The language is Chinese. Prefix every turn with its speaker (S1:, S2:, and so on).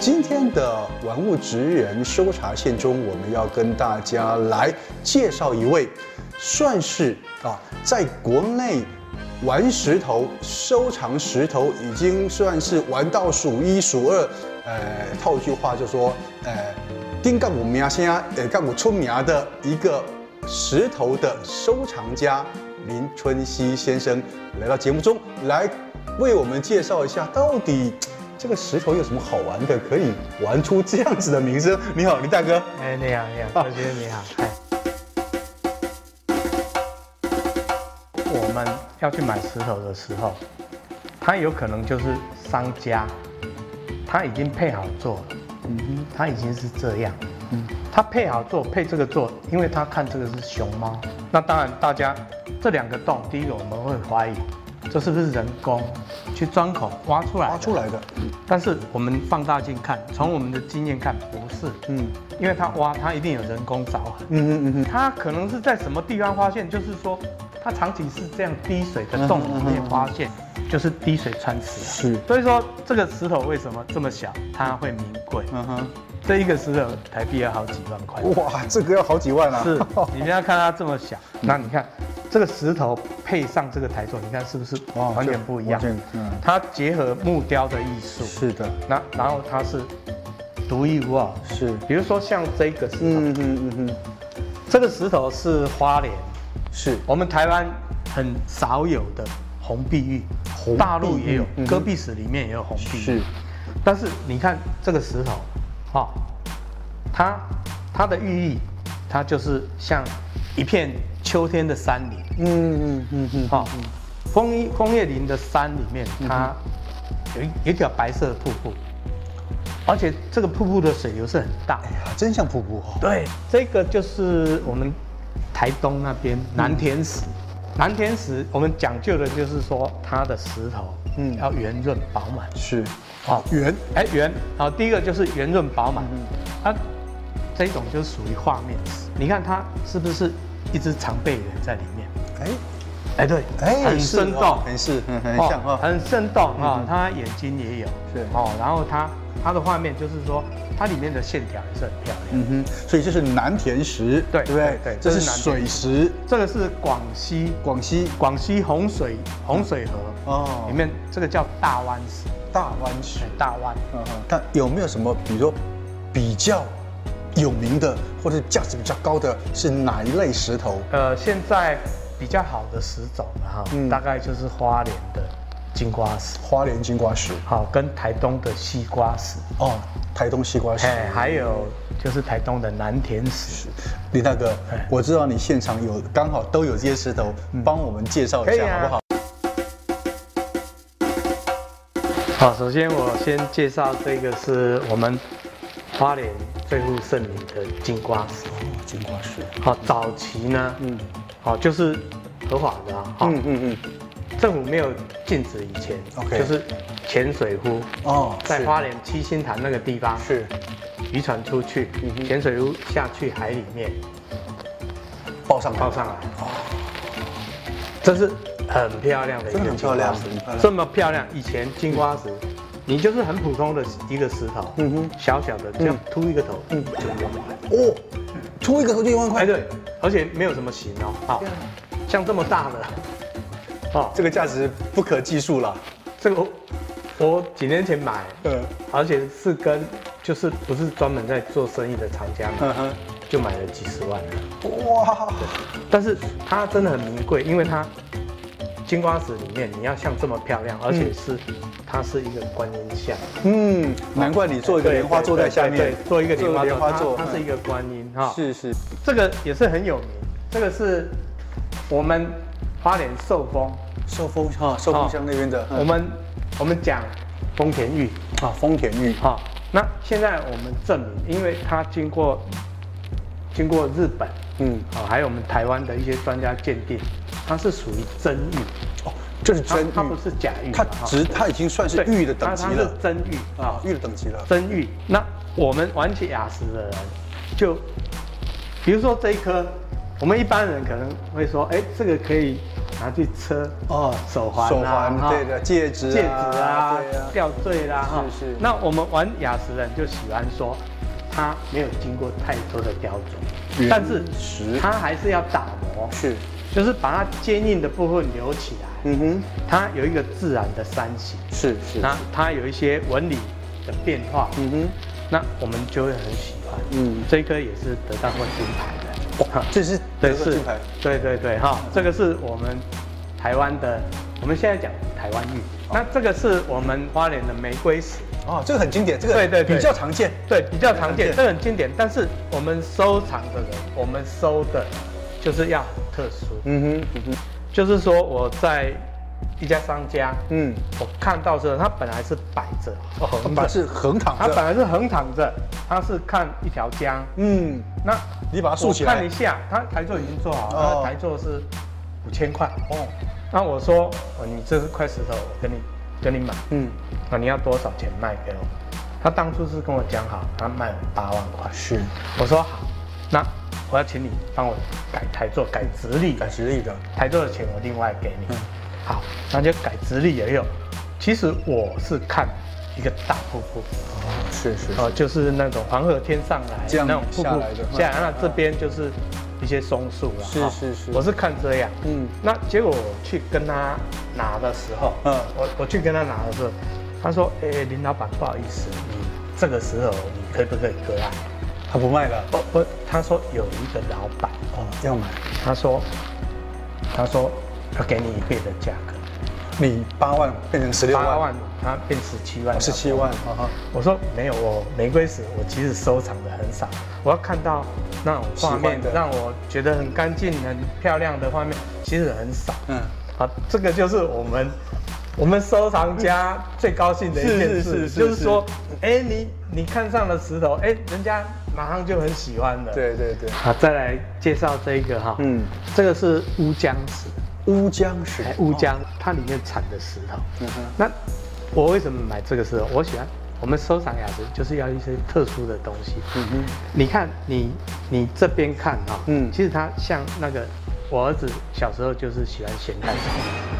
S1: 今天的玩物职人搜查线中，我们要跟大家来介绍一位，算是啊，在国内玩石头、收藏石头已经算是玩到数一数二。呃，套句话就说，呃，丁干部名先啊，呃，干部出名的一个石头的收藏家林春熙先生来到节目中来为我们介绍一下到底。这个石头有什么好玩的？可以玩出这样子的名声？你好，林大哥。
S2: 哎，你好，你
S1: 啊
S2: 好，我觉得你好。哎，我们要去买石头的时候，它有可能就是商家，他已经配好做了，
S1: 嗯哼，
S2: 他已经是这样，
S1: 嗯
S2: 他配好做，配这个做，因为他看这个是熊猫。那当然，大家这两个洞，第一个我们会怀疑，这是不是人工去钻孔挖出来？
S1: 挖出。来的。
S2: 但是我们放大镜看，从我们的经验看，不是。
S1: 嗯
S2: 因为它挖，它一定有人工凿痕，
S1: 嗯嗯嗯
S2: 它可能是在什么地方发现，就是说它长期是这样滴水的洞里面发现，
S1: 嗯
S2: 就是滴水穿石
S1: 是
S2: 啊。所以说这个石头为什么这么小，它会名贵？
S1: 嗯哼，
S2: 这一个石头台币要好几万块。
S1: 哇，这个要好几万啊！
S2: 是，你不要看它这么小，
S1: 嗯
S2: 那你看这个石头配上这个台座，你看是不是
S1: 哇
S2: 完全不一样
S1: 这完全嗯？
S2: 它结合木雕的艺术，
S1: 是的，
S2: 那然后它是独一无二。
S1: 是。
S2: 比如说像这个石头，
S1: 嗯嗯嗯嗯，
S2: 这个石头是花莲，
S1: 是
S2: 我们台湾很少有的红碧玉，
S1: 红碧玉
S2: 大陆也有
S1: 嗯，哼
S2: 戈壁史里面也有红碧玉。
S1: 是，
S2: 但是你看这个石头，哈、它它的寓意，它就是像一片秋天的山林，
S1: 嗯嗯嗯嗯，
S2: 哈、枫叶枫叶林的山里面，它有一有一条白色的瀑布，而且这个瀑布的水流是很大。
S1: 啊真像瀑布哦。
S2: 对，这个就是我们台东那
S1: 嗯
S2: 边南天石。南天石，我们讲究的就是说它的石头，
S1: 嗯哦
S2: 嗯，要圆润饱满。
S1: 是，
S2: 好
S1: 圆，
S2: 哎，圆，好，第一个就是圆润饱
S1: 嗯
S2: 满。它这种就是属于画面石。你看它是不是一只长背人在里面？
S1: 哎
S2: 哎，对，
S1: 哎，
S2: 很
S1: 是
S2: 生
S1: 哦
S2: 动，
S1: 很是很很
S2: 哦
S1: 像啊。
S2: 很生动啊，它眼睛也有，
S1: 是
S2: 哦，然后它它的画面就是说它里面的线条也是很漂亮。
S1: 嗯哼，所以这是南田石，
S2: 对
S1: 对不对？
S2: 对对
S1: 这是
S2: 这是南
S1: 水
S2: 田
S1: 石，
S2: 这个是广西
S1: 广西
S2: 广西洪水洪水
S1: 哦
S2: 河哦，里面这个叫大湾石，
S1: 大湾石
S2: 哎。大湾。
S1: 嗯哼，但有没有什么，比如说比较有名的，或者价值比较高的是哪一类石头？
S2: 呃，现在比较好的石种了哈，
S1: 嗯
S2: 大概就是花莲的金瓜石，
S1: 花莲金瓜石，
S2: 好，跟台东的西瓜石，
S1: 哦，台东西瓜石。
S2: 哎，还有就是台东的南田石，
S1: 李大哥
S2: 哎，
S1: 我知道你现场有刚好都有这些石头，帮我们介绍一
S2: 嗯可以
S1: 下、
S2: 啊
S1: 好不好？
S2: 好，首先我先介绍这个是我们花莲最负盛名的金瓜石。
S1: 哦，金瓜石，
S2: 好，早期呢，
S1: 嗯
S2: 嗯，好就是合法的啊，好，
S1: 嗯嗯嗯，
S2: 政府没有禁止以前
S1: OK
S2: 就是浅水湖，
S1: 哦，
S2: 在
S1: 是
S2: 花莲七星潭那个地方，
S1: 是嗯
S2: 渔船出去，浅水湖下去海里面
S1: 哦抱上来
S2: 泡上来，这是很漂亮的一
S1: 真
S2: 个
S1: 的很
S2: 金
S1: 漂亮嗯
S2: 瓜石
S1: 很漂亮
S2: 这么漂亮，以前金瓜石。你就是很普通的一个石头，
S1: 嗯
S2: 嗯
S1: 哼
S2: 哼，小小的，这样凸一个头，嗯，
S1: 哦，出一个头就一万块，
S2: 哎对，而且没有什么形哦，好，像这么大的，哦，
S1: 这个价值不可计数了。
S2: 这个我我几年前买，
S1: 嗯
S2: 而且是跟就是不是专门在做生意的厂家买，
S1: 嗯哼，
S2: 就买了几十万了。
S1: 哇，
S2: 但是它真的很名贵，因为它金瓜石里面你要像这么漂亮，而且是、它是一个观音像，
S1: 嗯，难怪你做一个莲花座在下
S2: 对
S1: 面
S2: 对对，做一个莲花
S1: 莲花座，嗯
S2: 座，它它是一个观音哈。
S1: 是是，
S2: 这个也是很有名，这个是我们花莲寿丰，
S1: 寿丰哈，寿丰乡那边的，嗯
S2: 我们我们讲丰田玉。
S1: 啊，丰田玉，
S2: 好、那现在我们证明，因为它经过经过日本，
S1: 嗯，
S2: 啊、还有我们台湾的一些专家鉴定，它是属于真玉，
S1: 哦，这是
S2: 它
S1: 真玉，
S2: 它不是假玉嘛，
S1: 它
S2: 哈
S1: 值，它已经算是
S2: 对
S1: 玉的等级
S2: 它它是
S1: 了，
S2: 真玉啊、
S1: 啊，玉的等级了，
S2: 真玉。那我们玩起雅石的人，就比如说这一颗，我们一般人可能会说，哎，这个可以拿去车
S1: 哦
S2: 手环、啊、
S1: 手环
S2: 哈
S1: 对的戒指啊
S2: 戒指啊
S1: 对啊，
S2: 吊坠啦，哈
S1: 是是
S2: 那我们玩雅诗人就喜欢说，它没有经过太多的雕琢
S1: 原，
S2: 但是
S1: 石
S2: 它还是要打磨，
S1: 是，
S2: 就是把它坚硬的部分留起来，
S1: 嗯哼，
S2: 它有一个自然的山形，
S1: 是是，
S2: 那它有一些纹理的变化，
S1: 嗯哼，
S2: 那我们就会很喜欢。
S1: 嗯，
S2: 这一颗也是得到过金牌的。
S1: 哇，这是
S2: 对
S1: 得过
S2: 是
S1: 金牌，
S2: 对对对哈，这个是我们台湾的，我们现在讲台湾玉，那这个是我们花莲的玫瑰石，
S1: 哦，这个很经典，这个
S2: 对对对
S1: 比较常见，
S2: 对，比较常见，
S1: 常见
S2: 这个很经典，但是我们收藏的人，我们收的就是要很特殊，
S1: 嗯哼，嗯哼，
S2: 就是说我在一家商家，
S1: 嗯，
S2: 我看到是它本来是摆着，横
S1: 把哦
S2: 着，
S1: 是横躺
S2: 它本
S1: 着，
S2: 来是横躺着，它是看一条江，
S1: 嗯，
S2: 那
S1: 你把它竖起来
S2: 我看一下，它台座已经做好
S1: 哦
S2: 了，它台座是五千块。
S1: 哦，
S2: 那我说，哦，你这是块石头，我跟你跟你买，
S1: 嗯，
S2: 啊，你要多少钱卖给我？他当初是跟我讲好，他卖我八万
S1: 啊
S2: 块，
S1: 是
S2: 我说好，那我要请你帮我改台座，改直立，
S1: 感实力的，
S2: 台座的钱我另外给你。
S1: 嗯
S2: 好，那就改直立也有。其实我是看一个大瀑布，
S1: 是是，
S2: 哦，就是那种黄河天上来
S1: 这样
S2: 那种瀑布
S1: 下来的嗯
S2: 下来那这边就是一些松树了。
S1: 是
S2: 哈
S1: 是是
S2: 我是看这样。
S1: 嗯，
S2: 那结果我去跟他拿的时候，
S1: 嗯
S2: 我我去跟他拿的时候，他说：“哎、林老板，不好意思，你这个石头你可以不可以割爱？”
S1: 他不卖了，
S2: 不不，他说有一个老板，
S1: 哦，要买，
S2: 他说，他说要给你一倍的价格，
S1: 你八万变成十六万，
S2: 八
S1: 哦啊
S2: 万，他变十七万，
S1: 十七万，哈哈，
S2: 我说没有，我玫瑰石我其实收藏的很少，我要看到那种画
S1: 喜欢
S2: 面
S1: 的，
S2: 让我觉得很干净、很漂亮的画面，其实很少。
S1: 嗯。
S2: 好，这个就是我们我们收藏家最高兴的一件
S1: 是
S2: 事，
S1: 是是是
S2: 就是说，哎、你你看上了石头，哎、人家马上就很喜欢了。，
S1: 对对对，
S2: 好，再来介绍这一个哈，
S1: 嗯
S2: 嗯，这个是乌江石，
S1: 乌江石
S2: 哎，乌江、它里面产的石头。
S1: 嗯哼，
S2: 那我为什么买这个石头？我喜欢我们收藏雅石，就是要一些特殊的东西。
S1: 嗯哼，
S2: 你看，你你这边看哈、啊
S1: 嗯
S2: 嗯，其实它像那个我儿子小时候就是喜欢咸蛋糕，